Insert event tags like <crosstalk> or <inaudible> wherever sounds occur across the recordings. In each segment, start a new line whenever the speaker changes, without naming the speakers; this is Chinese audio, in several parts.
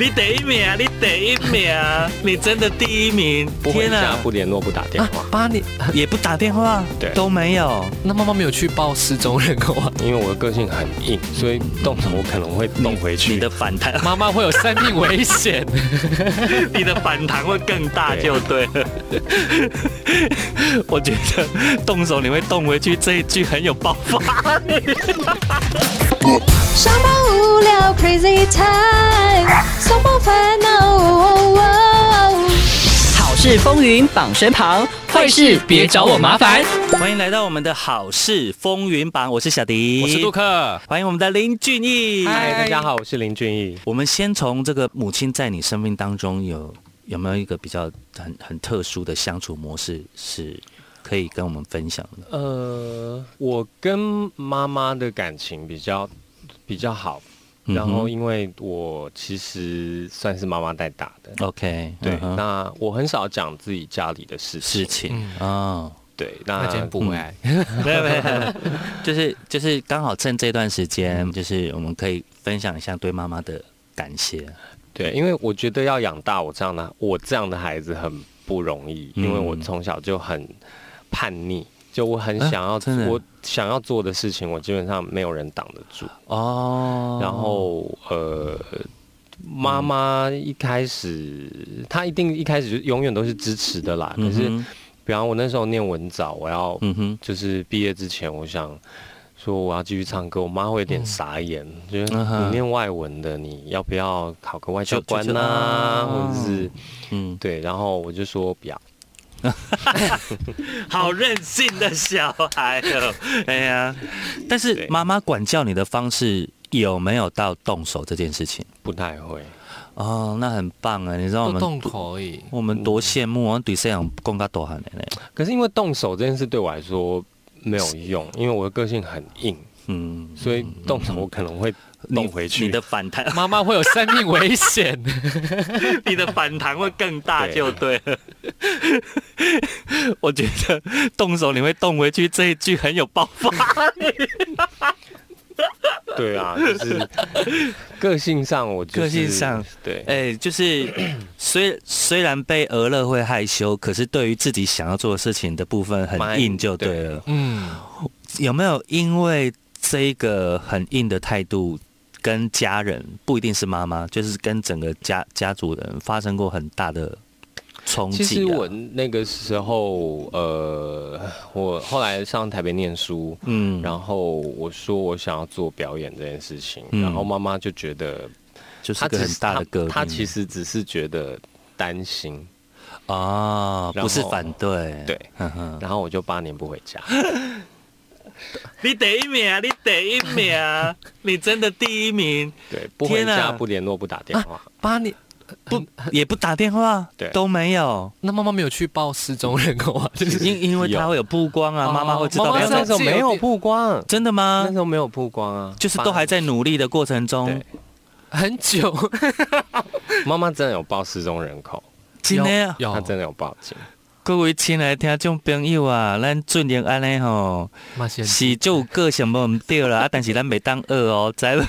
你第一名，啊你第一名，啊你真的第一名！
不回
天
家，
啊，
不联络，不打电
啊
话，，
八年， <laughs> 啊
也不打电话，
对
都没有。
那妈妈没有去报失踪人口啊？
因为我的个性很硬，所以动手我可能会动回去。
你的反
<laughs>
弹，
<laughs> 妈妈会有生命危 <laughs> 险。
你的反弹会更大，就对 <laughs> 了。我觉得动手你会动回去这一句很有爆发力。
上班无聊，Crazy Time，上班烦恼。哦哦哦
好事风云榜身旁，坏事别找我麻烦。
欢迎来到我们的好事风云榜，我是小迪，
<laughs> 我是杜，克，
欢迎我们的林俊逸。
嗨，大家好，我是林俊逸。
我们先从这个母亲在你生命当中有有没有一个比较很很特殊的相处模式是可以跟我们分享的？
呃，我跟妈妈的感情比较比较好，然后
嗯
因为我其实算是妈妈带大的，
哼 OK，
对，
嗯哼
那我很少讲自己家里的事情，
事情
嗯
哦，
对，
那今
那
天补回来。
<laughs> 没有没有， <laughs> 就是就是刚好趁这段时间，就是我们可以分享一下对妈妈的感谢。
对，因为我觉得要养大我这样的我这样的孩子很不容易，
嗯
因为我从小就很叛逆，就我很想要、
啊真的
我想要做的事情，我基本上没有人挡得住。
哦嗯
然后呃，妈妈一开始她一定一开始就永远都是支持的啦。可是，
嗯哼
比方我那时候念文藻，我要
嗯哼，
就是毕业之前，我想说我要继续唱歌，我妈会有点傻眼，觉
嗯
得
哼
你念外文的，你要不要考个外交
就
官
就就
呐、
啊
或者是
嗯，
对，然后我就说不要。
好任性的小孩哦， <laughs> 哎呀，但是
对
妈妈管教你的方式有没有到动手这件事情？
不太会，
哦，那很棒啊！你知道我
都
们
洞口而已。
我们多羡慕，我们对这样公家多喊的嘞。
可是因为动手这件事对我来说没有用，因为我的个性很硬，
嗯，
所以动手我可能会
你
动回
嗯
去。
你的反弹，
妈妈会有生命危险。
你的反弹会更大，
对
就对了。我觉得动手你会动回去这一句很有爆发力，
对啊，就是个性上我、就是、
个性上
对，
哎、就是虽虽然被讹了会害羞，可是对于自己想要做的事情的部分很
蛮
硬，就对了。
<laughs> 嗯，
有没有因为这一个很硬的态度，跟家人不一定是妈妈，就是跟整个家家族人发生过很大的冲击、
其
啊？
实我那个时候，呃，我后来上台北念书，
嗯，
然后我说我想要做表演这件事情，
嗯
然后妈妈就觉得
就是
她
个
只
很
是
大的
她
个
她其实只是觉得担心，
啊，
然
不是
后
反对，
对，
哼哼，
然后我就八年不回
<laughs>
家。
你第一名，你第一
<laughs>
名，啊你真的第一名，
对，不回
天啊
家，不联络，不打电话。
八年，
不也不打电话，
对
都没
<laughs>
有，
那妈妈没有去报失踪人口啊？ <laughs> 就是
因因为
有
他会有曝光啊，
哦
妈妈会知道
妈
你
妈
要
是
在
那时候没有
曝光，
真的吗
那？时候没有曝光啊，
啊就是都还在努力的过程中
对，
很 <laughs> 久，
妈妈真的有报失踪人口，
今天
有
她真的有报警。
各位亲爱的听众朋友啊，咱阵营安尼吼，
妈先
是就有个性无毋对
<laughs>
啦，啊，但是咱袂当恶哦，知无？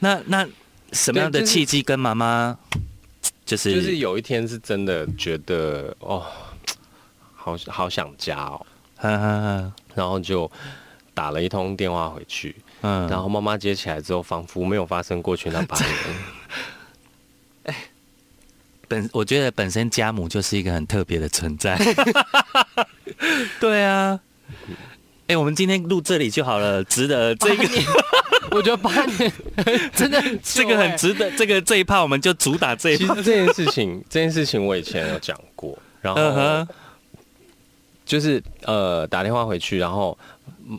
那那什么样的
对就是
契机跟妈妈就是
就是有一天是真的觉得哦，好好想家哦，
哈哈哈，
然后就打了一通电话回去，
嗯，
然后妈妈接起来之后，仿佛没有发生过去那 <laughs> 八年。
本我觉得本身家母就是一个很特别的存在，对啊。哎、我们今天录这里就好了，值得这个
我觉得八年 <laughs> 真的很
<laughs>
久
这个很
欸
值得，这个这一趴我们就主打这一
其实
趴。
这件事情， <laughs> 这件事情我以前有讲过，
嗯
然后
哼，
就是呃打电话回去，然后嗯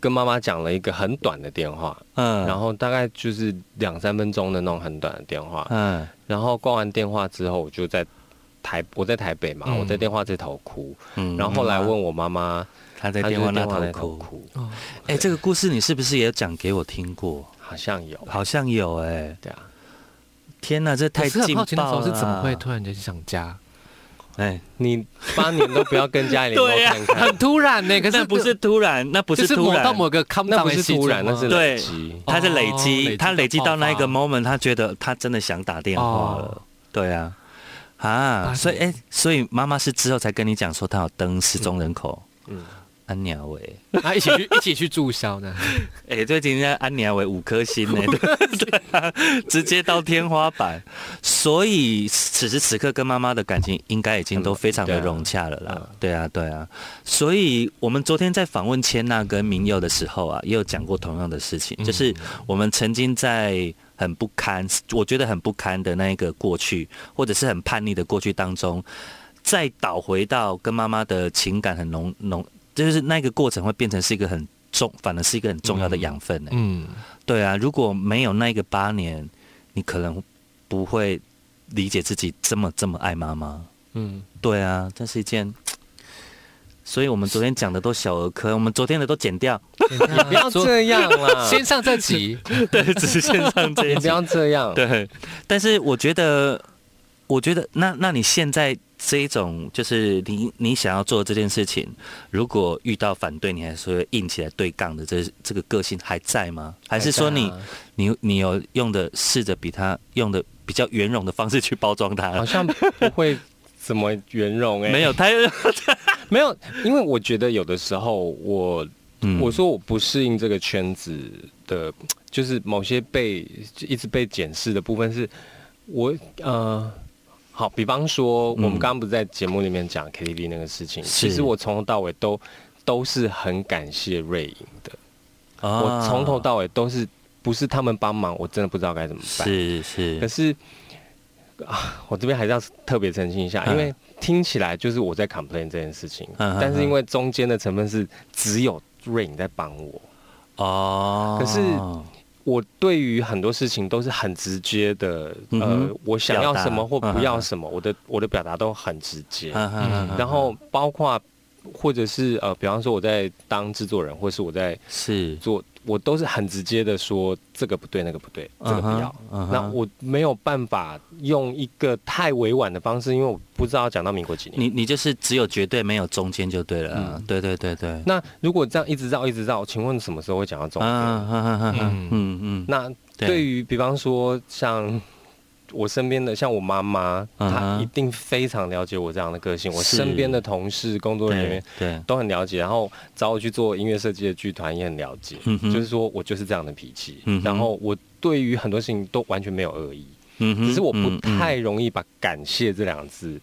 跟妈妈讲了一个很短的电话，
嗯，
然后大概就是两三分钟的那种很短的电话，
嗯
然后挂完电话之后，我就在台我在台北嘛，
嗯
我在电话这头哭，
嗯
然后后来问我妈妈，
他在
她
电
就
话
是
那
电话
头
那头
哭。
哭，
哦
哎、这个故事你是不是也有讲给我听过？
好像有，
好像有哎、
对啊，
天哪，这太
可是
劲
很
爆
好
了！啊
奇那时候是怎么会突然间想家？ <laughs>
哎，
你八年都不要跟家里 <laughs> 人
对呀
看看，
很突然呢、可是
那不是突然，那不
就是是
突
某
然
到，某个康
那
档
不
的
是
时
突
钟
然，那是
对
累积。
他是累
哦累积
积，他累积
到
到那一个
爆
moment，他觉得他真的想打电话了
哦。
对啊，啊，
啊
所以哎、所以妈妈是之后才跟你讲说她有登失踪人口。嗯
嗯，
安鸟欸喂，
然啊后一起去一起去住校呢。
哎、最近在安鸟喂五颗星呢、对啊直接到天花板。所以此时此刻跟妈妈的感情应该已经都非常的
对啊
融洽了啦。对啊，对啊。所以我们昨天在访问千娜跟明佑的时候啊，也有讲过同样的事情，就是我们曾经在很不堪，我觉得很不堪的那一个过去，或者是很叛逆的过去当中，再倒回到跟妈妈的情感很浓浓，就是那个过程会变成是一个很重，反而是一个很重要的养分、欸
<laughs> 嗯，
对啊，如果没有那个八年，你可能不会理解自己这么这么爱妈妈。
嗯，
对啊，这是一件。所以我们昨天讲的都小儿科，我们昨天的都剪掉， <laughs>
你不要这样啦，
<laughs> 先上这集，
对，只啊是线上这一 <laughs>
你
集
不要这样。
对，但是我觉得，我觉得那那你现在这一种就是你你想要做这件事情，如果遇到反对，你还是会硬起来对杠的这这个个性还在吗？还
啊
是说你、你你有用的试着比他用的比较圆融的方式去包装他
好像不会怎么圆融哎，
没有，他
没有，因为我觉得有的时候我
<laughs> 嗯
我说我不适应这个圈子的，就是某些被就一直被检视的部分是，我呃，好，比方说我们
嗯
刚刚不是在节目里面讲 KTV 那个事情，
是
其实我从头到尾都都是很感谢瑞颖的，
啊
我从头到尾都是不是他们帮忙，我真的不知道该怎么办。
是是
可是啊，我这边还是要特别澄清一下，
嗯
因为听起来就是我在 complain 这件事情，
嗯嗯
但是因为中间的成分是只有 Rain 在帮我，
哦，嗯
可是我对于很多事情都是很直接的，
嗯
呃
哼，
我想要什么
表
或
达
不要什么，我的我的表达都很直接，
嗯嗯嗯嗯
然后包括或者是呃，比方说我在当制作人，或是我在
是
做，我都是很直接的说这个不对，那个不对，这个不要。，
嗯哼
那我没有办法用一个太委婉的方式，因为我不知道讲到民国几年。
你你就是只有绝对没有中间就对了啊、
嗯
对对对对。
那如果这样一直绕一直绕，请问什么时候会讲到中间？
嗯嗯嗯嗯嗯嗯，
那对于比方说像我身边的，像我妈妈，
嗯哼
她一定非常了解我这样的个性。我
是
身边的同事、工作人
对
员
对，
都很了解，然后找我去做音乐设计的剧团也很了解。
嗯哼
就是说我就是这样的脾气，
嗯哼
然后我对于很多事情都完全没有恶意，
嗯哼
只是我不太容易把感谢这两个字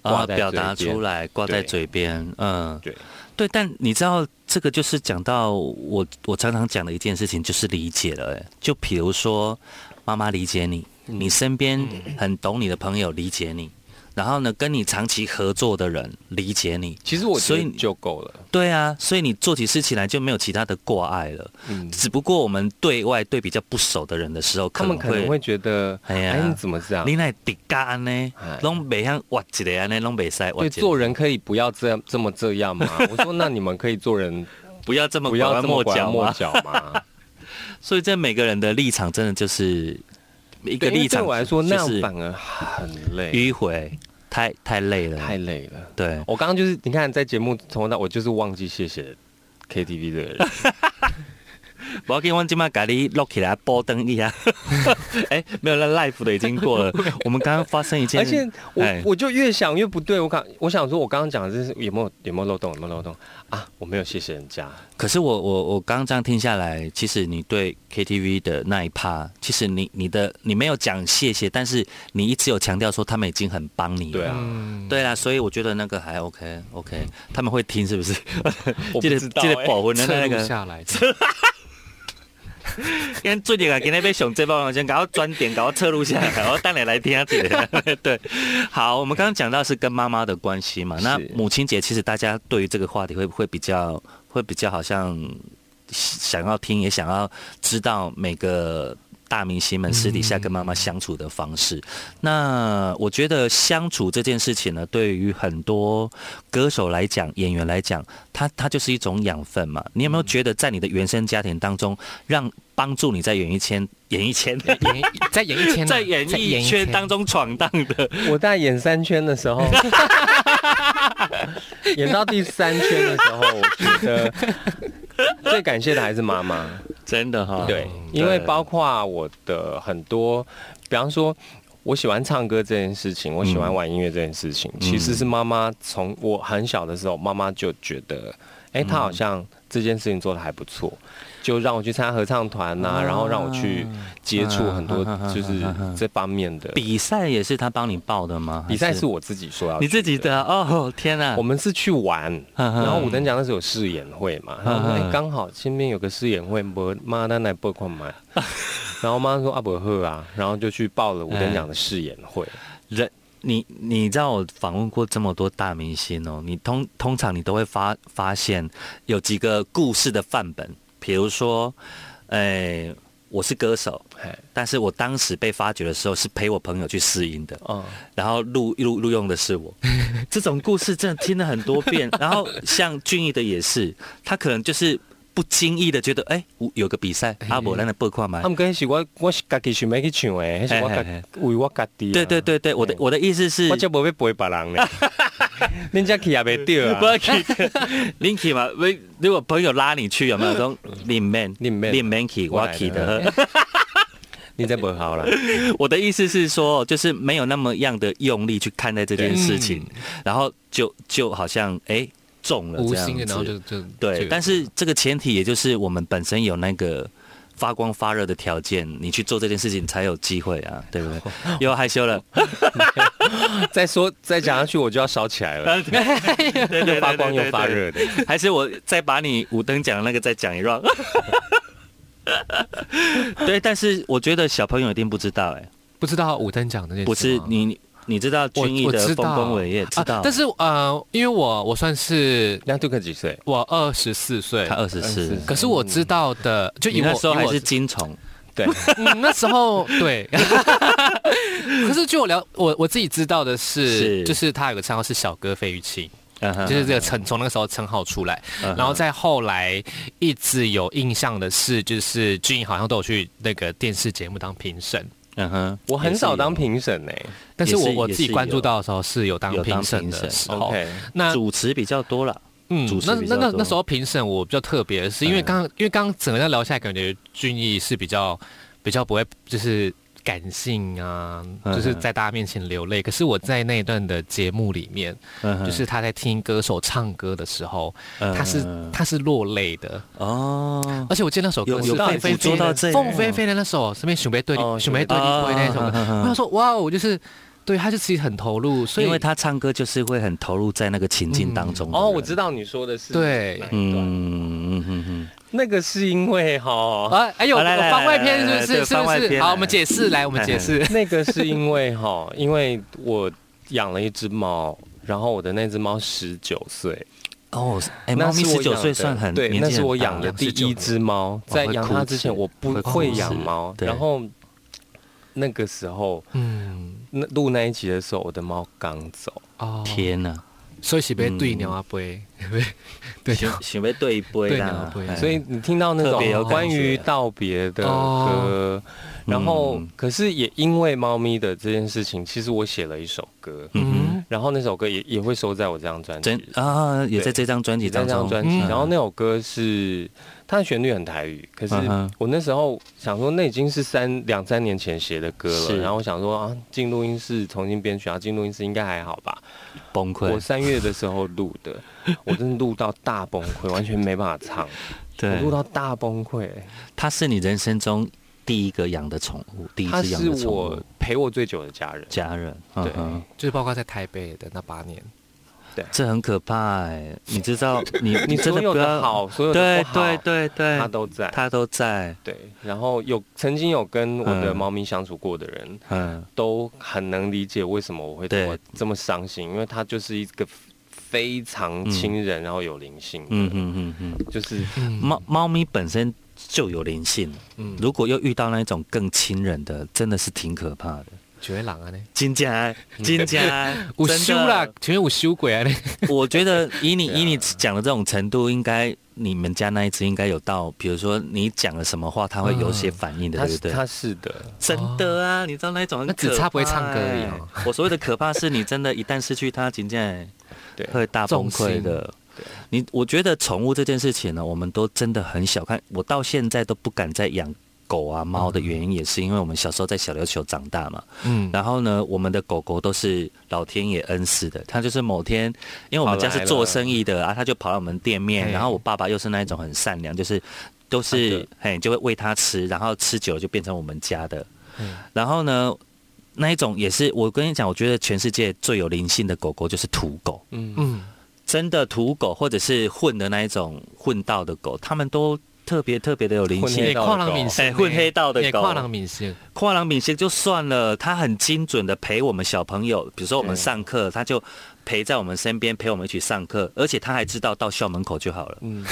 挂
啊
在
表达
嘴边
出来，挂在嘴边，嗯，
对，
对。但你知道，这个就是讲到我我常常讲的一件事情，就是理解了、哎，就比如说妈妈理解你，
嗯
你身边很懂你的朋友理解你，然后呢，跟你长期合作的人理解你，
其实我觉
所以
得
你
就够了。
对啊，所以你做起事情来就没有其他的挂碍了。
嗯，
只不过我们对外对比较不熟的人的时候，
他们可能会觉得，
哎呀
哎，你怎么这样
你？来迪迦安呢
哎，
拢袂向挖一个安呢，拢袂使挖
对，
一个。
做人可以不要这样这么
<laughs>
这样吗？我说，那你们可以做人
不要这么
不
拐
要
弯
这
抹
么拐
角
弯
<laughs>
抹
嘛。
角吗？
所以这每个人的立场真的就是一个
哎对，因
立
为对
场，
我来说，那
就
样
是
反而很累，
迂回，太太累了。
太累了。
对，
我刚刚就是，你看，在节目从头到我就是忘记谢谢 KTV 的人，
我要给我今麦咖喱录起来波登一
<laughs>
下。哎，没有，那 live 的已经过了。我们刚刚发生一件，
<laughs> 而且我
哎
我就越想越不对，我刚我想说，我刚刚讲的这是有没有有没有漏洞，有没有漏洞啊？我没有谢谢人家，
可是我我我刚刚这样听下来，其实你对 KTV 的那一趴，其实你你的你没有讲谢谢，但是你一直有强调说他们已经很帮你了。
对啊，
嗯，
对啦，所以我觉得那个还 OK OK，他们会听是不是？
我不
记得
知道
记
哎
得保护的
侧
那
<laughs>
录
个，
下
<laughs>
来的，
因为最近啊，今天被熊这帮先搞到专点，搞到侧录下来，然后当然来听下去。 <laughs> 对，好，我们刚刚讲到是跟妈妈的关系嘛，那
是
母亲节其实大家对于这个话题会会比较会比较好像想要听，也想要知道每个大明星们私底下跟妈妈相处的方式。那我觉得相处这件事情呢，对于很多歌手来讲、演员来讲，它它就是一种养分嘛。你有没有觉得在你的原生家庭当中，让帮助你在演艺圈、演艺圈、
演在演艺圈啊，
在演艺圈当中闯荡的。
我大概演三圈的时 <laughs> 候，演到第三圈的时候，我觉得最感谢的还是妈妈。
真的哈、哦
对，因为包括我的很多，比方说。我喜欢唱歌这件事情，我喜欢玩音乐这件事情，其实是妈妈从我很小的时候，妈妈就觉得，哎、她好像这件事情做的还不错，就让我去参加合唱团呐、
啊
然后让我去接触很多
啊啊啊啊啊啊
就是这方面的
比赛也是他帮你报的吗？
比赛
还
是我自己说要
你
去
自己的哦，天哪、
我们是去玩，
嗯
然后五等奖那时候有试演会嘛，然后说
嗯
哎刚好身边有个试演会，我妈那来拨
<laughs>
款买，然后妈说啊不喝啊，
哎
然后就去报了五等奖的试演会。
人，你你知道我访问过这么多大明星哦，你通通常你都会发发现有几个故事的范本，比如说，哎、我是歌手，
哎，
但是我当时被发掘的时候是陪我朋友去试音的，
嗯，
然后录录录用的是我， <laughs> 这种故事真的听了很多遍。然后像俊逸的也是，他可能就是不经意的觉得，哎、我有个比赛，阿伯让他报看嘛
他。们跟是我我是家己想要去唱的，那是我
嘿嘿
家为我家己啊。
对对对对，我的我的意思是
我，就不会陪别人
<laughs>
咧，恁家去也袂对啊。
Linky 嘛，喂，如果朋友拉你去，有没有说 Lin Man
你 man
Lin Man K
我
w
来
k
的
的？ <laughs>
你在不好了，
我的意思是说，就是没有那么样的用力去看待这件事情，然后就就好像哎、中了
无
这样
心的，然后就
子。
就
对，但是这个前提也就是我们本身有那个。发光发热的条件，你去做这件事情才有机会啊，对不对？又要害羞了，
再说再讲下去我就要烧起来
<laughs>
了，又发光又发热的。
还是我再把你五等奖的那个再讲一 round？对，但是我觉得小朋友一定不知道、哎，
不知道五等奖那件事吗
不是你，你你知道
我
军艺
我
的
知
丰
道
功伟业，知道，
啊但是呃，因为我我算是
那杜克几岁？
我二十四岁
他，二十四，
可是我知道的，就
你
以我
那时候
以
还
我
是金虫，
对，
<laughs> 嗯，那时候对， <laughs> 可是据我了，我我自己知道的是，
是
就是他有个称号是小哥费玉清，
就
就是这个称从那个时候称号出来，
嗯哼
然后再后来一直有印象的是，就是俊逸好像都有去那个电视节目当评审，
嗯哼，
我很少当
也
评审呢。
但是我
也是
我自
也
己
是
关注
有
到的时候是有当
有当
评审
评
的
审
时候，
OK，
是
那
有主持比较多了，
嗯
主，持
那
比
那
较
那
多嗯
那时候评审我比较特别，是因为刚、因为刚刚整个在聊下来，感觉俊逸是比较比较不会就是感性啊，
嗯
就是在大家面前流泪。可是我在那一段的节目里面，
嗯哼
就是他在听歌手唱歌的时候，
嗯
他是
嗯
他是落泪的，
哦，
而且我记得那首
有
歌是
有被捕捉到这里，
凤飞飞的那首《身边熊背对
哦
熊背对立
哦
归》那首歌，
嗯嗯嗯
我想说哇哦，就是对，他就自己很投入，所以
因为他唱歌就是会很投入在那个情境当中的人。
哦，我知道你说的是
对
哪一段，
嗯嗯嗯嗯
那个是因为哈，
啊，哎呦，
好来来来
番外篇
来来
是不
对
是？是
番外
不
篇哎
是？好，
来
我们解释，来，我们解释。
<laughs> 那个是因为哈，因为我养了一只猫，然后我的那只猫十九岁，
嗯，哦，哎，
那
猫咪
是
十
我养
九
的
岁算很
对，
年纪很
那是我
大
养的
了
第一只猫，在养它之前我不
哦会哭
会
死
养猫，
对
然后那个时候
哎
嗯，
那录那一集的时候，我的猫刚走，
哦，
天啊呐，
所以是被对鸟啊杯， <laughs> 对鸟
想想要对一杯
对
啦
啊，对
哎
所以你听到那
特
种
别有感
关于
觉
道别的歌
哦，
然后
嗯
可是也因为猫咪的这件事情，其实我写了一首歌，
嗯
嗯，
然后那首歌也也会收在我这张专辑
真，啊，也在
对
这张专辑
在
当
这张
中，
专辑。
嗯
然后那首歌是它的旋律很台语，可是
嗯哼
我那时候想说，那已经是三两三年前写的歌了，
是
然后我想说啊，进录音室重新编曲，然后进录音室应该还好
<laughs>
吧。
崩
我
溃，
三月的时候录的，我真的录到大崩溃，完全没办法唱，我
<laughs> 对
录，到大崩溃、
它是你人生中第一个养的宠物，第一
他
只养
是
的宠
我
物，
陪我最久的家人，
家人，嗯
对
哼
就是包括在台北的那八年，
这很可怕哎，你知道，你
你
真
所有
不
的
要，
好，所有的
对
不好，
对对对，
他都在。
他都在，
对，然后有曾经有跟我的
嗯
猫咪相处过的人，
嗯，
都很能理解为什么我会这
对
么这么伤心，因为它就是一个非常亲人，然后有灵性的，
嗯嗯嗯嗯。
就是
嗯，
猫猫咪本身就有灵性，
嗯
如果又遇到那一种更亲人的，真的是挺可怕的。
绝狼啊呢，
金 <laughs> 家，金家，
有
真
修
的 <laughs>
啦，前面有修鬼啊呢，
我觉得以你以你讲的这种程度，应该你们家那一只应该有到，比如说你讲了什么话，它会有些反应的，
他
对
是
不对？
他是的，
<laughs> 真的啊，你知道那一种很
哦那只
可
差
怕
不会唱歌而已
欸
哦
<laughs> 我所谓的可怕是你真的，一旦失去它，仅仅
对
会大崩溃
重心
的。你我觉得宠物这件事情呢，我们都真的很小看，我到现在都不敢再养狗啊猫的原因，也是因为我们小时候在小琉球长大嘛。
嗯，
然后呢，我们的狗狗都是老天爷恩赐的，它就是某天，因为我们家是做生意的啊，它就跑到我们店面，
嘿
然后我爸爸又是那一种很善良，就是都是嘿就会喂它吃，然后吃久了就变成我们家的。然后呢，那一种也是我跟你讲，我觉得全世界最有灵性的狗狗就是土狗，
嗯，
嗯，
真的土狗或者是混的那一种混道的狗，它们都特别特别的有灵
混
性
黑
也。跨浪明星
哎
欸，
混黑道的
也
狗
跨浪明星，
跨栏敏捷就算了，他很精准的陪我们小朋友，比如说我们上课，他就陪在我们身边，陪我们一起上课，而且他还知道到校门口就好了。
嗯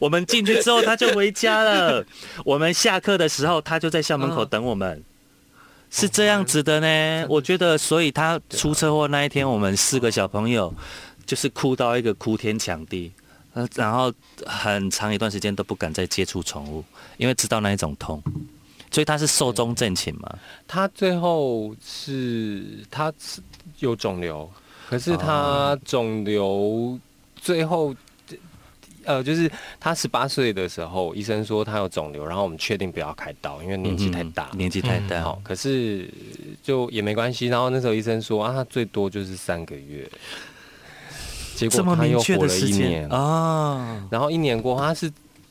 我们进去之后他就回家了，我们下课的时候他就在校门口等我们。是这样子的呢，我觉得，所以他出车祸那一天，我们四个小朋友就是哭到一个哭天抢地，呃，然后很长一段时间都不敢再接触宠物，因为知道那一种痛，所以他是寿终正寝嘛。
他最后是他是有肿瘤，可是他
哦
肿瘤最后。呃，就是他十八岁的时候，医生说他有肿瘤，然后我们确定不要开刀，因为嗯年纪太大。
年纪太大。嗯
好，可是就也没关系。然后那时候医生说啊，他最多就是三个月，结
这
果
么
他
明
又
确
活
的
了
时
一
间
年。
啊，
然后一年过后，他是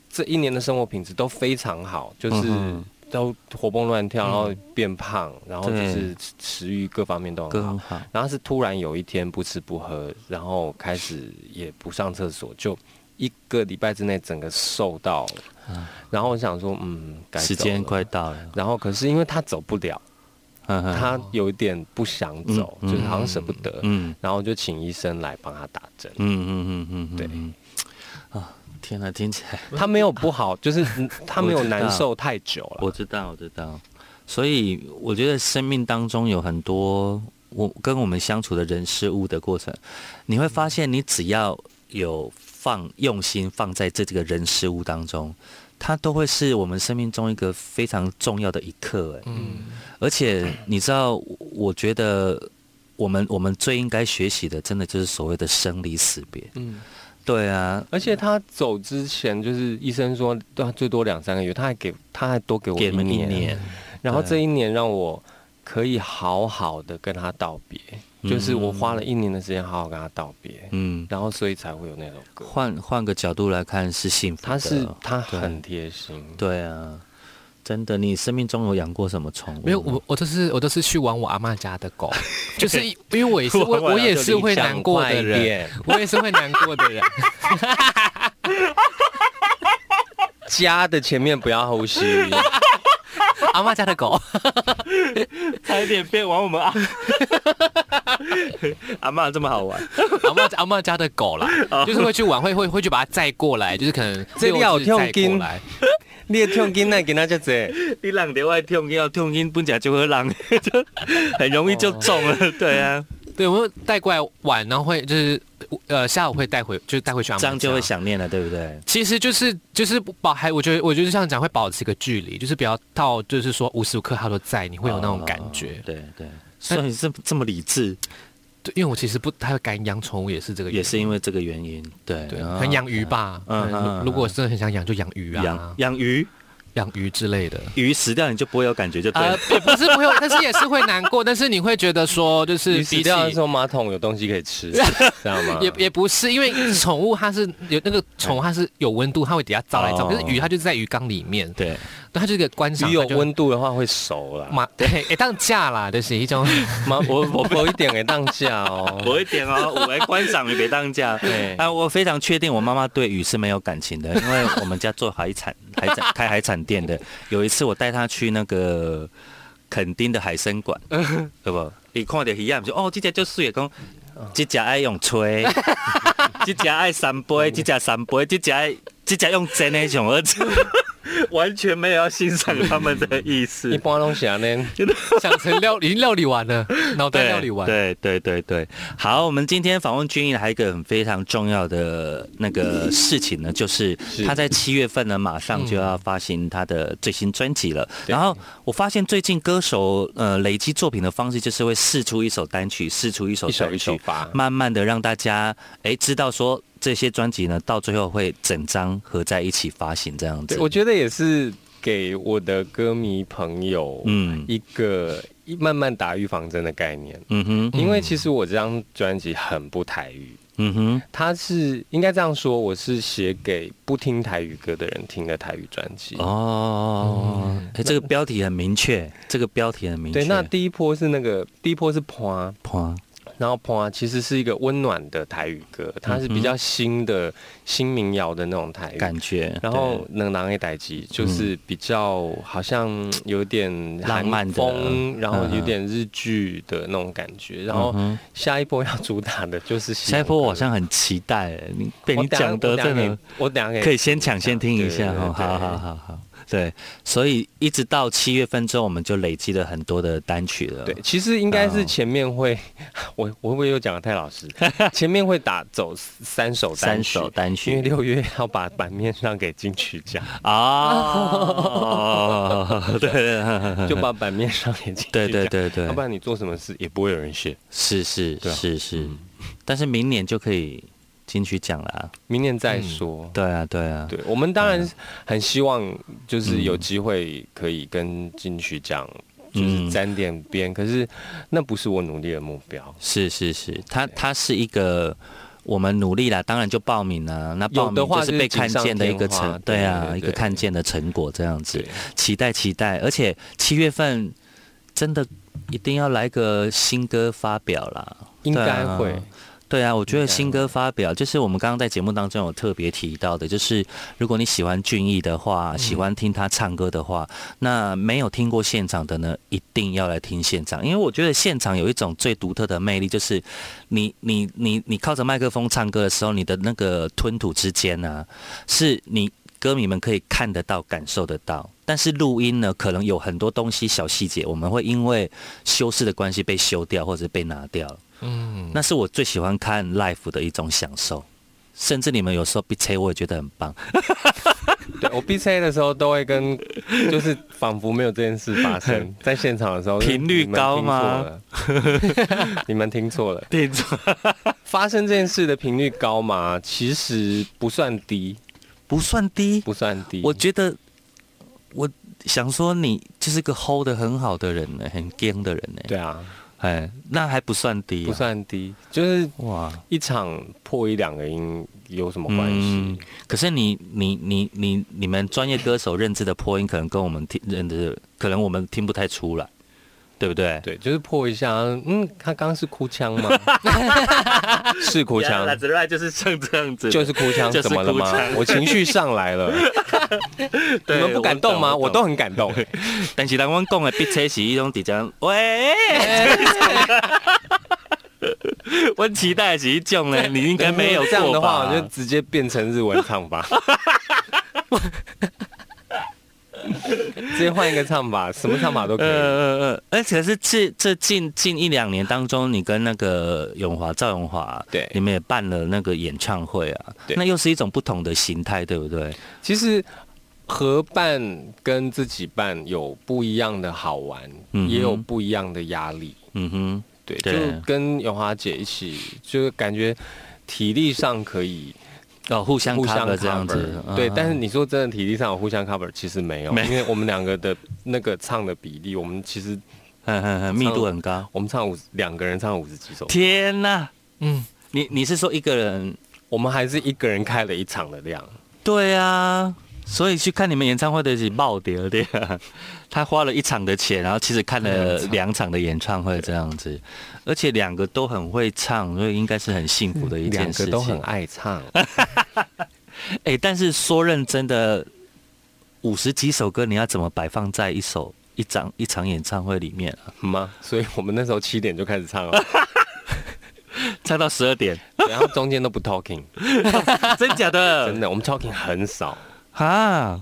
这一年的生活品质都非常好，就是
嗯哼嗯
都活蹦乱跳，然后变胖，然后就
对
是食食欲各方面都很
更
好。
好。
然后是突然有一天不吃不喝，然后开始也不上厕所，就一个礼拜之内整个瘦到了。然后我想说，嗯，该
时
走
间
了
快。到了，嗯
然后可是因为他走不了，
他
他有一点不想走，
嗯
就是好像舍不得，
嗯
然后就请医生来帮他打针。
嗯嗯嗯嗯，嗯
对
嗯啊，天哪，听起来
他没有不好，就是嗯他没有难受太久了。
我知道，我知道。所以我觉得生命当中有很多我跟我们相处的人事物的过程，你会发现，你只要有放用心放在这这个人事物当中，它都会是我们生命中一个非常重要的一刻。哎，
嗯，
而且你知道，我觉得我们我们最应该学习的，真的就是所谓的生离死别。
嗯，
对啊，
而且他走之前，就是医生说，对他最多两三个月，他还给他还多给我
给
一
你们一
年，
年，
然后
对
这一年让我可以好好的跟他道别，
嗯
就是我花了一年的时间好好跟他道别，
嗯，啊
然后所以才会有那首歌。
换换个角度来看是幸福的。
他是他
对
很贴心，
对啊，真的，你生命中有养过什么宠物吗？
没有，我我都是我都是去玩我阿嬷家的
<laughs>
狗，就是因为我也是
玩
我
完
我
了
也
就是
会
离
难
场
过
快
的
一
人
点，
我也是会难过的人， <laughs>
家的前面不要呼吸。
阿嬷家的狗，
<laughs>
<laughs>
差一点变玩我们啊！阿妈这么好玩，
阿嬷阿嬷家的狗啦，
哦
就是会去玩，会会会去把它载过来，就是可能
这里有
六只载
跳
过
筋
来，
你的痛经那给他叫谁？
你浪的外痛要痛音不假就会浪，就很容易就中了。对啊，
对，我会带过来玩，然后会就是呃下午会带回，就是带回去阿嬷
这样就会
家
想念了，对不对？
其实就是就是保还，我觉得我觉得像讲会保持一个距离，就是不要到就是说无时无刻他都在，你会有那种感觉
哦。对对，所以这这么理智，
对，因为我其实不太敢养宠物，也是这个原因
也是因为这个原因。对
对，
啊
可能养鱼吧。
嗯
嗯
嗯嗯
如果真的很想养，就养鱼
养
啊，
养鱼，
养鱼之类的。
鱼死掉你就不会有感觉，就对
呃
了。，
也不是不会， <laughs> 但是也是会难过，但是你会觉得说，就是
你
比
死
起
掉的时候，嗯马桶有东西可以吃，知道吗？
也也不是，因为宠物它是有那个宠物它是有温度，它会底下照来照，
哦
可是鱼它就在鱼缸里面，对，
对，
它就是一个观赏，
鱼有
它就
温度的话会熟啦。
嘛， <laughs> 对，哎，当架啦，就是一种。
妈，我我不一点给当价哦。
我一点哦，我来观赏鱼别当 <laughs> 家。
对
啊，我非常确定我妈妈对鱼是没有感情的，因为我们家做海产、海产开海产店的，有一次我带她去那个垦丁的海参 <laughs> 馆，对不？你看到鱼啊，就哦，这只就水，讲这只爱用吹， <laughs> 嗯这只爱三杯，这只三杯，这只爱这只用真的上饵。 <laughs> 完全没有要欣赏他们的意思。
一般东西啊呢，
想成料已经料理完了，脑袋料理完。
对对对对，好，我们今天访问君毅还有一个很非常重要的那个事情呢，就是他在七月份呢，马上就要发行他的最新专辑了。然后我发现最近歌手呃累积作品的方式，就是会试出一首单曲，试出一首
一首
再
一首发
慢慢的让大家哎知道说这些专辑呢，到最后会整张合在一起发行这样子
对，。我觉得也是给我的歌迷朋友，
嗯
一个一慢慢打预防针的概念。
嗯哼，
因为其实我这张专辑很不台语，
嗯哼，
它是应该这样说，我是写给不听台语歌的人听的台语专辑。
哦，哎，这个标题很明确，这个标题很明确。
嗯对，那第一波是那个第一波是花，
啪
然后花其实是一个温暖的台语歌，它是比较新的新民谣的那种台
嗯
语。
感觉，
然后能囊一代机就是比较好像有点韩
浪漫的
风，然后有
嗯
点日剧的那种感觉。然
嗯
后
哼
下一波要主打的就是西
下一
洋
波我
歌
好像很期待欸，你被
我
你
等下
讲得真的，
我等下给哎
可以先抢先听一下哦，好。
对对
好
对
好好，对，所以一直到七月份之后，我们就累积了很多的单曲了，
对，其实应该
哦
是前面会， <laughs> 我我会不会又讲的太
<laughs>
老实？前面会打走三首单
三
曲，
首单
因
曲
为六月要把版面上给金曲奖，
哦
<laughs>
啊，对对
就把版面上给金曲奖。
对对对对
要不然你做什么事也不会有人写。
是是
对啊
是是，但是明年就可以金曲奖了啊，
明年再说。
对啊对嗯啊，
对，我们当然很希望，就是有机会可以跟金曲奖
嗯
就是沾点边，可是那不是我努力的目标。
是是是，它它是一个我们努力啦，当然就报名啦。那报
有的
名
话
就是
就是
被
锦
看
上
见的一
添
个
花
成，
对
对啊，
对
一个
对
看见的成果这样子
对。
期待期待，而且七月份真的一定要来个新歌发表啦，
应
对
该
啊
会。
对啊，我觉得
该
新歌发表就是我们刚刚在节目当中有特别提到的，就是如果你喜欢俊逸的话，喜欢听他唱歌的话，那没有听过现场的呢，一定要来听现场，因为我觉得现场有一种最独特的魅力，就是你你你你靠着麦克风唱歌的时候，你的那个吞吐之间啊，是你歌迷们可以看得到、感受得到。但是录音呢，可能有很多东西小细节，我们会因为修饰的关系被修掉，或者是被拿掉。
嗯，
那是我最喜欢看 l i f e 的一种享受，甚至你们有时候 B 车我也觉得很
<laughs>
棒。
对我 B C 的时候都会跟，就是仿佛没有这件事发
<laughs>
生，在现场的时候
频率高吗？
你们听错了， <laughs>
对，错，
发生这件事的频率高吗？其实不算低，
<laughs> 不算低。
不算低。
我觉得，我想说你就是个 hold 的很好的人呢、很 g 的人呢、
对啊，
哎，那还不算低、啊
不。算低，就是
哇，
一场破一两个音有什么关系？
嗯可是你你你你你们专业歌手认知的破音，可能跟我们听认知的，可能我们听不太出来，对不对？
对，就是破一下，嗯，他刚刚是哭腔
<laughs>
吗？是哭腔，
子来就是像这样子
就是哭腔，
就是
怎么了吗
哭腔？
我情绪上
<laughs>
来了，你
对
们不感动吗？
我懂我
我
懂
都很感动。
但是人阮讲的逼车是一呃种直接喂， <laughs> 我期待的是一种呢， <laughs> 你应该没有
这样的
过
话，
吧
我就直接变成日文唱法。直接换一个唱法，什么唱法都可
呃
以。
呃呃，而且是这这近近一两年当中，你跟那个永华赵永华，
对
你们也办了那个演唱会啊，
对
那又是一种不同的形态，对不对？
其实合办跟自己办有不一样的好玩，
嗯哼
也有不一样的压力。
嗯哼，
对，就
对
跟永华姐一起，就是感觉体力上可以
哦，互相
互相
cover 这样
cover，
子，
对。
嗯
但是你说真的，体力上有互相 cover，其实没有，
没
因为我们两个的那个唱的比例，我们其实
嗯嗯嗯密度很高，
我们唱五十两个人唱五十几首，
天哪，
嗯，
你你是说一个人？
我们还是一个人开了一场的量。
对啊，所以去看你们演唱会的是爆点对啊，他花了一场的钱，然后其实看了两场的演唱会这样子，而且两个都很会唱，所以应该是很幸福的一件
两
事情。
个都很爱唱，
哎、但是说认真的，五十几首歌你要怎么摆放在一首一张一场演唱会里面啊？
吗？ <laughs> 所以我们那时候七点就开始唱 <laughs> 了，
唱到十二点，
然后中间都不 talking，
<laughs> <laughs> 真假的？
真的，我们 talking 很少。
哈，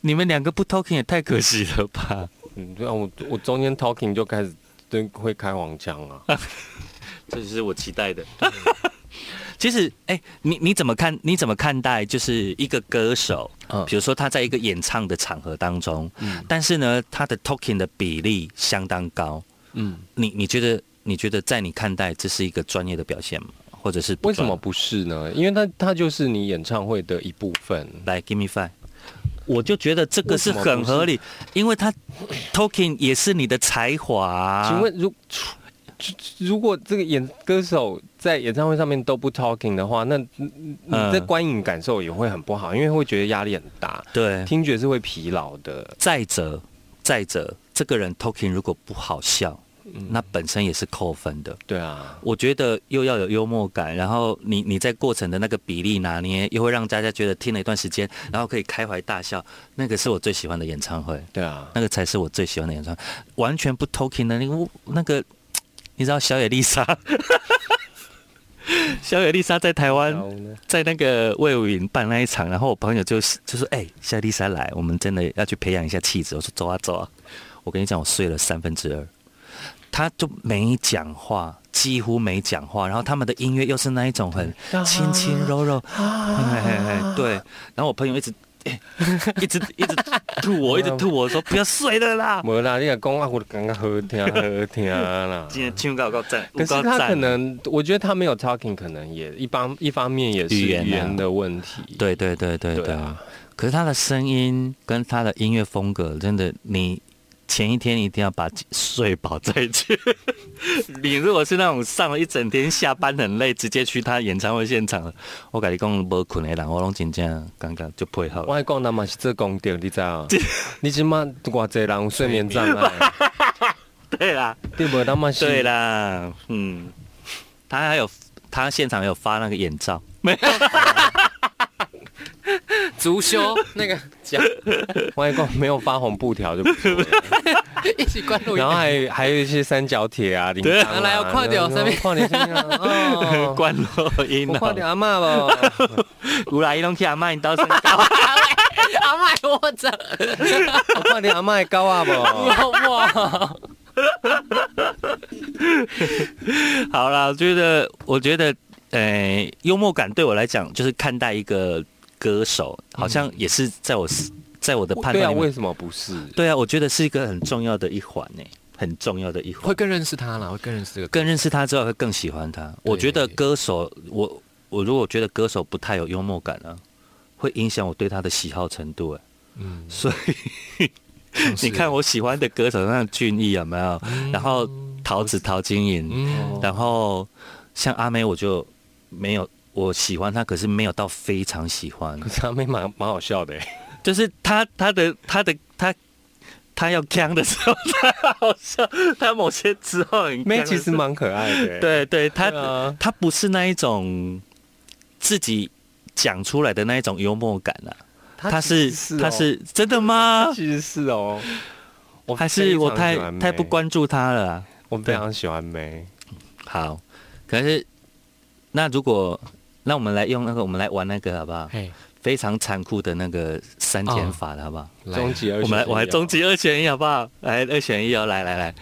你们两个不 talking 也太可惜了吧？
嗯，对啊，我我中间 talking 就开始对会开黄腔啊。
这就是我期待的。 <laughs> 其实，哎、你你怎么看？你怎么看待就是一个歌手，
嗯
比如说他在一个演唱的场合当中，但是呢，他的 talking 的比例相当高。
嗯，
你你觉得你觉得在你看待这是一个专业的表现吗？或者是不
<laughs> 为什
专
么不是呢？因为它它就是你演唱会的一部分。
来 give me five？我就觉得这个是
为什么
很
不
合理，因为他 talking 也是你的才华啊、
请问如出出如果这个演歌手在演唱会上面都不 talking 的话，那你你
嗯
的观影感受也会很不好，因为会觉得压力很大，
对，
听觉是会疲劳的。
再者，再者，这个人 talking 如果不好笑，那本身也是扣分的。
对啊，
我觉得又要有幽默感，然后你你在过程的那个比例拿捏，又会让大家觉得听了一段时间，然后可以开怀大笑，那个是我最喜欢的演唱会，
对啊，
那个才是我最喜欢的演唱会，完全不 talking 的那个那个，你知道小野丽莎， <laughs> 小野丽莎在台湾
然后呢？
在那个魏武营办那一场，然后我朋友就是就说：“哎、夏丽莎来，我们真的要去培养一下气质。”我说：“走啊，走啊！”我跟你讲，我睡了三分之二，他就没讲话，几乎没讲话。然后他们的音乐又是那一种很轻轻柔柔，
啊
嘿嘿嘿对。然后我朋友一直、哎一直一直吐我，一直吐我说：“不要睡了
<laughs>
啦
没啦，你也讲啊，我刚刚好听好
<laughs>
听！”啦。
今天听到高赞，
可是
有够
他
赞啊
可能，我觉得他没有 talking，可能也一方一方面也是
语
语
言啊
言的问题。
对对对对
对
对
啊
可是他的声音跟他的音乐风格，真的，你前一天一定要把睡饱再去。 <laughs> 你如果是那种上了一整天，下班很累，直接去他演唱会现场，我跟你讲，无困的人，我拢真正刚刚就配合
我。还讲他嘛是做功德，你
<laughs>
知道？你即满偌济人有睡眠障碍，
对啦，
对无？他嘛是
对啦，嗯，他还有他现场有发那个眼罩，
足球那个 <laughs> 讲
我还讲没有发红布条就不
<laughs>
错了，
一起关录音
然后还还有一些三角铁啊、铃铛啊
来哦快点上面
快点上面啊，
<laughs>
哦
<laughs> 关录音哦
我快点
了。
阿嬷吧，
<laughs> 有啦，伊拢去阿妈因兜身高，
阿麦我操，
<laughs>
我快点阿嬷的狗啊
<laughs>
不？
哇！
好啦，我觉得，我觉得，呃，幽默感对我来讲，就是看待一个歌手，好像也是在我思、在我的判
对啊，
断里面。
为什么不是？
对啊，我觉得是一个很重要的一环呢、很重要的一环
会。更认识他了，会更认识这个。
更认识他之后，会更喜欢他。我觉得歌手，我我如果觉得歌手不太有幽默感啊，会影响我对他的喜好程度、欸。
嗯，
所以
是
你看，我喜欢的歌手，像俊逸有没有？
嗯
然后桃子陶晶莹，
嗯，
然后像阿妹，我就没有我喜欢她，可是没有到非常喜欢
可，是阿妹蛮蛮好笑的欸，
就是她她的她的她她要呛的时候，她好像她某些时候很
妹
呛的
其实
时候
蛮可爱的欸。
对对，她
<laughs> 对啊
她不是那一种自己讲出来的那一种幽默感啊，
她
她
其
是
实哦
她是真的吗
她？其实是哦，我
还是我
非常
太
喜欢妹
太不，关注她了、啊？
我非常喜欢妹。
好，可是那如果那我们来用那个，我们来玩那个好不好？
嘿，
非常残酷的那个三减法的好不好？
终极二选一哦，
我们来，我来终极二选一好不好？来二选一哦，来来来，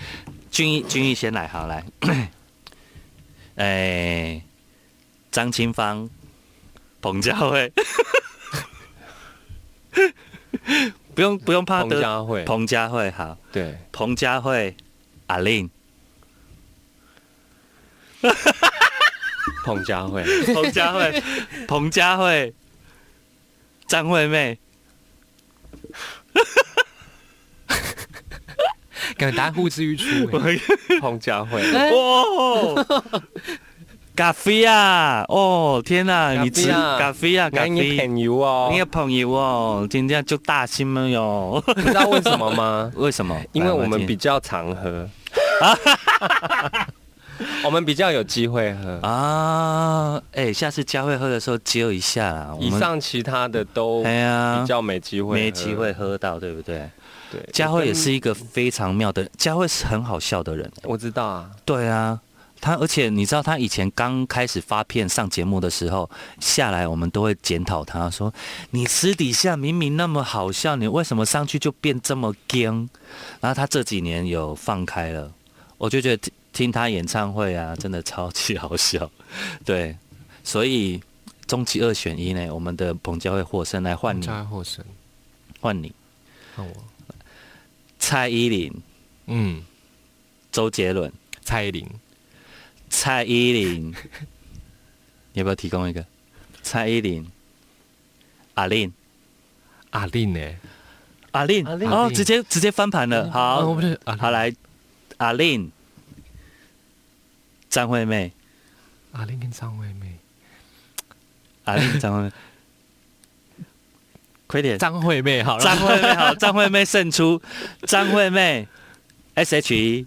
君毅君毅先来，好来， <coughs> 哎，张清芳、彭佳慧， <laughs> 不用不用怕
彭
得
佳慧，
彭佳慧好，
对，
彭佳慧、阿令、
彭佳慧， <laughs>
彭佳慧、彭佳慧、张惠妹。
<laughs>
感觉答案呼之欲出。哎
彭佳慧，
哎 <laughs> 哦，咖啡啊！哦，天哪、你吃咖
咖
啡啊，咖
赶紧
啡！
朋友哦
你，的朋友哦，今天就大新了哟。？
你知道为什么吗
<laughs> 为什么？
<laughs> 因为
来
我们
听
比较
<laughs>
常喝，我们比较有机会喝。
啊，哎、下次佳慧喝的时候揪一下啦。我
以
们
上其他的都
哎呀
比，较没机会，
没机会。喝到，对不对？
对，
佳慧也是一个非常妙的，佳慧是很好笑的人。
我跟，我知道啊，
对啊，他而且你知道，他以前刚开始发片上节目的时候，下来我们都会检讨他说：“你私底下明明那么好笑，你为什么上去就变这么僵？”然后他这几年有放开了，我就觉得听听他演唱会啊，真的超级好笑。对，所以终极二选一呢，我们的彭佳慧获胜，来换你，
加获胜，
换你，
看我，
蔡依林、
嗯，
周杰伦、
蔡依林，
蔡依林，你要不要提供一个？蔡依林、阿令、
阿令呢？
阿令，
阿令
哦，直接直接翻盘了，
啊我
好
不，是阿
好来，阿令、张惠妹、
阿令跟张惠妹，
阿
<laughs>
令、张惠妹，快点，
张惠妹好了，
张惠妹好，张惠妹胜出，张惠妹，S H E。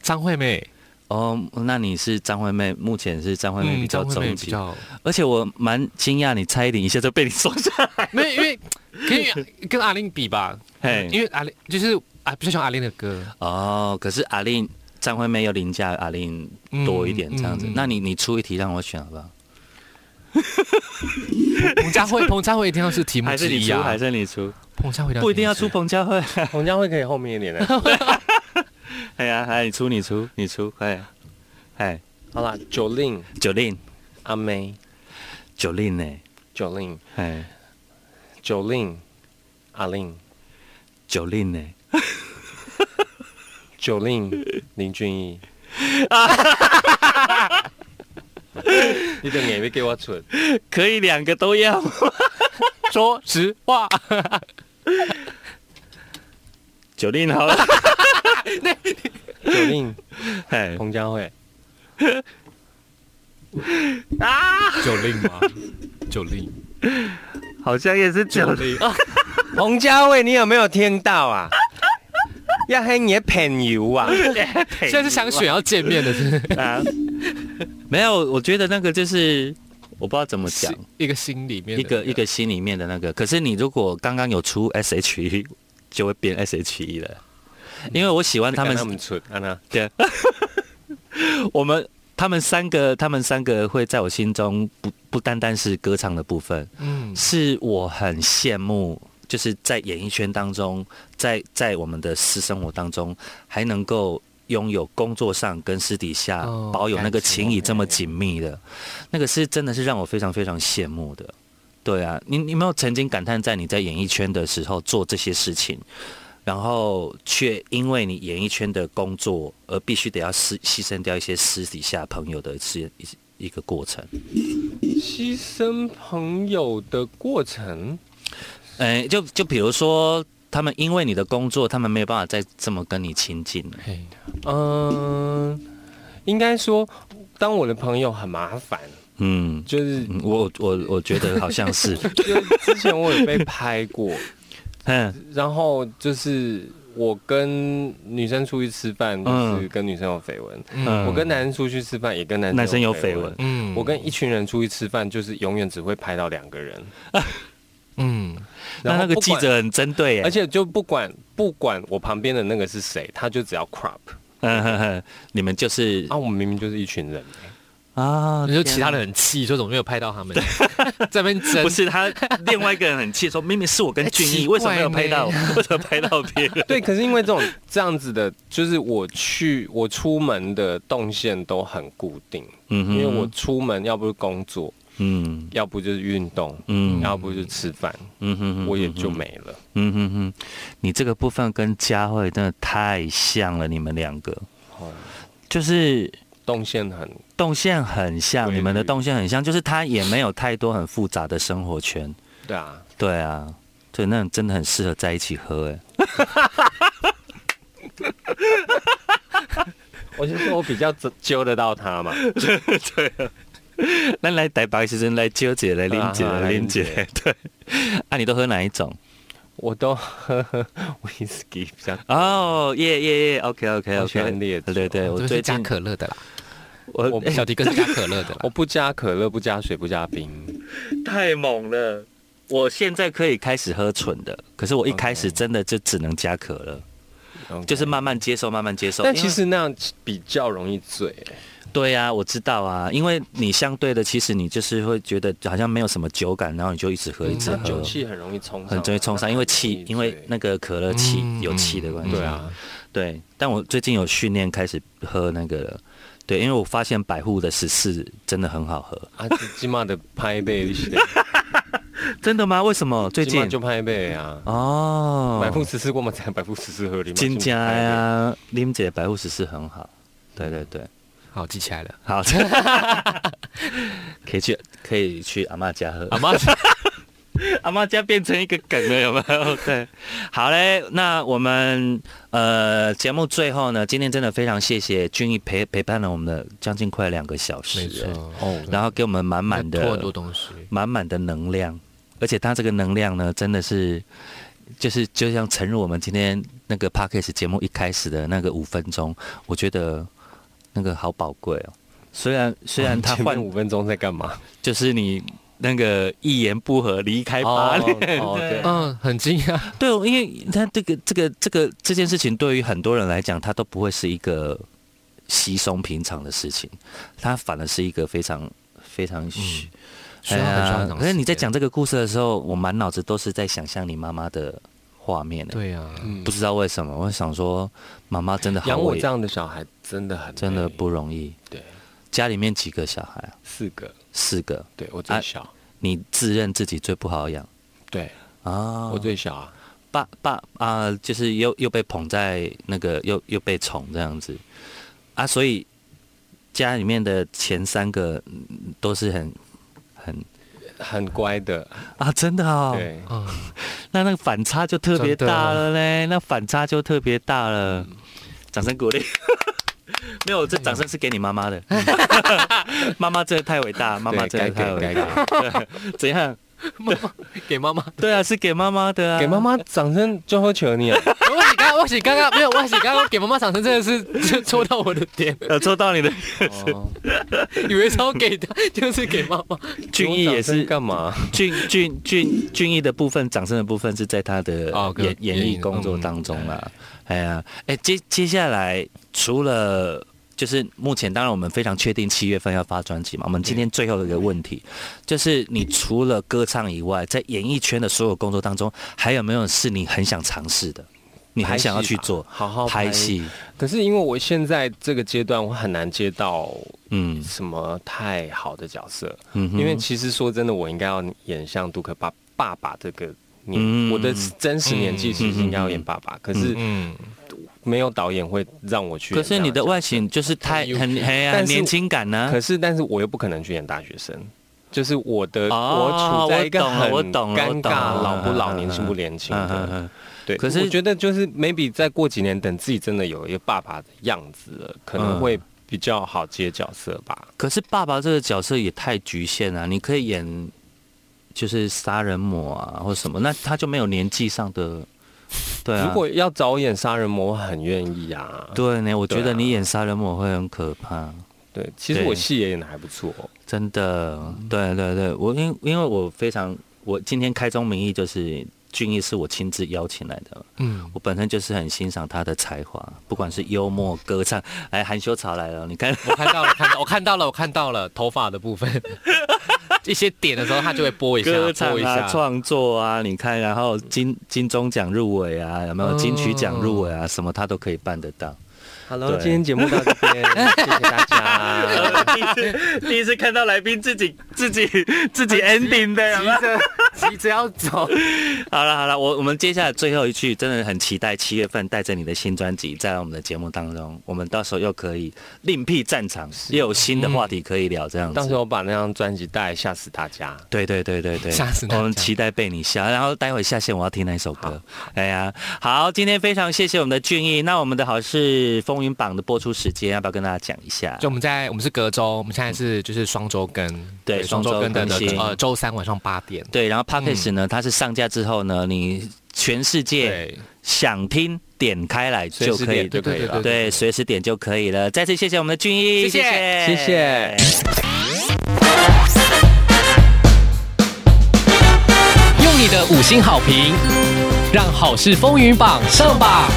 张惠妹，
哦，那你是张惠妹，目前是张惠妹比
嗯，
较
张惠妹
终
比
极，
较，
而且我蛮惊讶，你蔡依林一下就被你说下来，
没有因为跟因为跟阿令比吧，
嘿
因为阿令就是啊，比较喜欢阿令的歌，
哦，可是阿令张惠妹又凌驾阿令多一点这样子，
嗯嗯嗯
那你你出一题让我选好不好？
彭佳慧，彭佳慧一定要是题目
还是
之
你
一
出？
啊
还，是你出？
彭佳慧
不一定要
题目
出
之
彭佳慧。 <laughs>
彭佳慧可以后面一点的。
哎呀，哎，你出你出你出，哎哎，
好啦，九令
九令
阿妹，
九令呢？
九令
哎，
九令阿令，
九令呢？
九令 <laughs> 林俊逸。你的眼被给我蠢，
可以两个都要。
说实话，
<laughs> 九令好了，
九令
<laughs> <laughs> 哎，
彭佳慧，
九令吗？九令，
好像也是九令。
彭佳慧，你有没有听到啊？要黑你的朋友啊！
<laughs>
现在是想选要见面的，是不是
哎啊， <laughs> 没有，我觉得那个就是我不知道怎么讲。
一个心里面的
一个一个心里面的那个。可是你如果刚刚有出 S H E，就 <laughs> 会变 S H E 了，因为我喜欢他
他
们
们蠢，安娜
的，我们嗯他们三个，他们三个会在我心中不不单单是歌唱的部分，
嗯
是我很羡慕。就是在演艺圈当中，在在我们的私生活当中，还能够拥有工作上跟私底下
哦哎
保有那个
感情
情谊这么紧密的，那个是真的是让我非常非常羡慕的。对啊，你你有没有曾经感叹，在你在演艺圈的时候做这些事情，然后却因为你演艺圈的工作而必须得要牺牺牲掉一些私底下朋友的是一一个过程？
牺牲朋友的过程，
哎、就就比如说，他们因为你的工作，他们没有办法再这么跟你亲近了。
嘿
嗯，应该说，当我的朋友很麻烦，
嗯，
就是
嗯我我我觉得好像
<laughs>
是，
就是之前我 <laughs> 有被拍过，
嗯
然后就是我跟女生出去吃饭，就是跟女生有绯闻；
嗯
我跟男生出去吃饭，也跟男
男生
生
有绯
绯
闻
闻。
嗯
我跟一群人出去吃饭，就是永远只会拍到两个人。
嗯
那
然后
那个
不
记
管，
者很针对耶，
而且就不管不管我旁边的那个是谁，他就只要 crop。
嗯哼哼，你们就是
啊，我们明明就是一群人，
啊，
你说
天
其他
啊
的很气，说怎么没有拍到他们， <laughs> 在那边争
不，是他，另外一个人很气，说明明是我跟俊
哎奇
逸，
怪
为什么没有拍
<laughs>
到？为什么拍到别人？
对，可是因为这种这样子的，就是我去我出门的动线都很固定，
嗯
因为我出门要不是工作，
嗯
要不就是运动，
嗯
要不就吃饭，
嗯哼哼
我也就没了。
嗯哼哼，你这个部分跟佳慧真的太像了，你们两个
哦，
就是
动线很
动线很像，
对
你们的动线很像，就是他也没有太多很复杂的生活圈，
对啊，
对啊。对，那真的很适合在一起喝哎、
我就说我比较揪揪得到他嘛，
<laughs> 那来台北时阵来纠结来林姐
啊啊
来
来
林
拎姐
姐，对。 <laughs> 啊，你都喝哪一种？
<laughs> 我都喝 whisky 比较
哦，耶耶耶，OK OK
我喜
OK，
欢烈酒
对对，
这
我
边
最
是加
近
可乐的啦，
我
我
小迪哥是加可乐的
我
啦，
不加可乐，不加水，不加冰。
太猛了！我现在可以开始喝纯的，可是我一开始真的就只能加可乐。
OK
就是慢慢接受，慢慢接受。
但
因
其
为
实那样比较容易醉，
对呀、我知道啊，因为你相对的，其实你就是会觉得好像没有什么酒感，然后你就一直喝，一直
嗯
喝，
那酒气很容易冲上来，
很容易冲上，因为气，因为那嗯个可乐气、
嗯
有气的关系。
对啊，
对，但我最近有训练开始喝那个了，对，因为我发现百户的十四真的很好喝。
啊，起码的拍背，
<laughs> 真的吗？为什么最
嗯起码
近？
就拍背啊。
哦，
百富十四我们才百富十四嗯喝里面，
金家呀，林姐百户十四很好。对对对，
好记起来
<laughs>
了。
好，可以去可以去阿嬷家喝。
阿妈，
阿妈家变成一个梗了，有没
<laughs>
有？对，好嘞，那我们呃节目最后呢，今天真的非常谢谢俊逸陪陪伴了我们的将近快两个小时，
没错
哎，
哦
然后给我们满满
拖很多
的
东西，
满满的能量，而且他这个能量呢，真的是就是就像诚如我们今天那个 p a c a s t 节目一开始的那个五分钟，我觉得那个好宝贵哦。虽然虽然
<laughs>
他
前
换
面五分钟在干嘛？
就是你那个一言不合离开八
哦
年，
哦对
嗯，很惊讶，
对，因为他这个这个这个这件事情，对于很多人来讲，它都不会是一个稀松平常的事情，它反而是一个非常非常哎需。
嗯需要很长很长时间
可是你在讲这个故事的时候，我满脑子都是在想象你妈妈的画面、欸。，
对啊呀，
嗯
不知道为什么，我想说，妈妈真的好
养我
伟
这样的小孩真的很
真的
累
不容易。
对，
家里面几个小孩啊？
四个，
四个。
对我最
啊
小，
你自认自己最不好养
对
啊？
我最小啊，
爸爸啊、就是又又被捧在那个又又被宠这样子啊，所以家里面的前三个嗯都是很很
很乖的，
啊，真的哦，
对，哦
嗯，
那那个反差就特别
真的
大了嘞，那反差就特别大了，
嗯
掌声鼓励。 <laughs> 没有，这掌声是给你妈妈
<laughs>
的，妈妈真的太伟大，妈妈真
对
的太
该
伟
给
大。
该给，
怎样？
<laughs> 给妈妈。
对啊，是给妈妈的啊，
<laughs> 给妈妈掌声，就喝求你啊，
我喜刚刚，我喜刚刚没有，我喜刚刚给妈妈掌声真的是 <laughs> 就戳到我的点，
有抽呃到你的
哦
以为是要给她，就是给妈妈。
俊逸也
给我掌
是
声干嘛？
俊俊俊俊逸的部分，掌声的部分是在他的
哦跟
演演
演
艺
艺的
工作
嗯
当中啦。哎呀，哎接接下来除了就是目前，当然我们非常确定七月份要发专辑嘛。我们今天最后的一个问题，就是你除了歌唱以外，在演艺圈的所有工作当中，还有没有是你很想尝试的，你很
<laughs>
想要去做
拍戏吧好好
拍。戏？
可是因为我现在这个阶段，我很难接到
嗯
什么太好的角色，
嗯哼，
因为其实说真的，我应该要演像杜克爸爸爸这个年，
嗯
我的真实年纪其实应该要演爸爸，可是
嗯，
没有导演会让我去。
可是你的，外形就是太很很呀
但是
年轻感呢、
可是但是我又不可能去演大学生。就是我的，
哦
我处在一
我
个
懂了
很
我懂了我
尴
懂
尬，
了
老不
嗯
老，
嗯
年轻不年轻
嗯嗯
的。
嗯，
对，
可是
我觉得就是 maybe 再过几年，等自己真的有一个爸爸的样子了，可
嗯
能会比较好接角色吧。
可是爸爸这个角色也太局限啊了、你可以演就是杀人魔啊，或什么，那他就没有年纪上的，对啊。
如果要找我演杀人魔，我很愿意啊。
对呢，我觉
对
得
啊
你演杀人魔会很可怕，
对，其实
对
我戏也演的还不错。
真的。对对对，我因因为我非常，我今天开宗明义就是俊逸是我亲自邀请来的，
嗯，
我本身就是很欣赏他的才华，不管是幽默、歌唱，哎，含羞草来了，你看。
我看到了，看到我看到了，我看到了头发的部分，一些点的时候，他就会拨一下，
歌唱
拨一
啊、
下。
创作啊，你看，然后金金钟奖入围啊，有没有
哦
金曲奖入围啊，什么他都可以办得到。
Hello，
对
今天节目到这边，谢谢大家。
<laughs> 第一次第一次看到来宾自己自己自己 ending 的，有没有
急着急着要走，
<laughs> 好了好了，我我们接下来最后一句，真的很期待七月份带着你的新专辑在我们的节目当中，我们到时候又可以另辟战场，又有新的话题可以聊，这样子。
到时候我把那张专辑带来吓死大家。
对对对对对，
吓死大家
我们期待被你吓，然后待会下线我要听那一首歌。哎呀，好，今天非常谢谢我们的俊逸。那我们的好事风云榜的播出时间要不要跟大家讲一下？
就我们在我们是隔周，我们现在是就是双周更，
对
双周更的
双周更新
呃周三晚上八点，
对，然后 p a c k a g e 呢，它是上架之后呢，你全世界
对，
想听点开来就可以，
随时点就可以了
对，随时点就可以了。再次谢谢我们的俊逸，
谢谢
谢谢。
用你的五星好评，让好事风云榜上榜。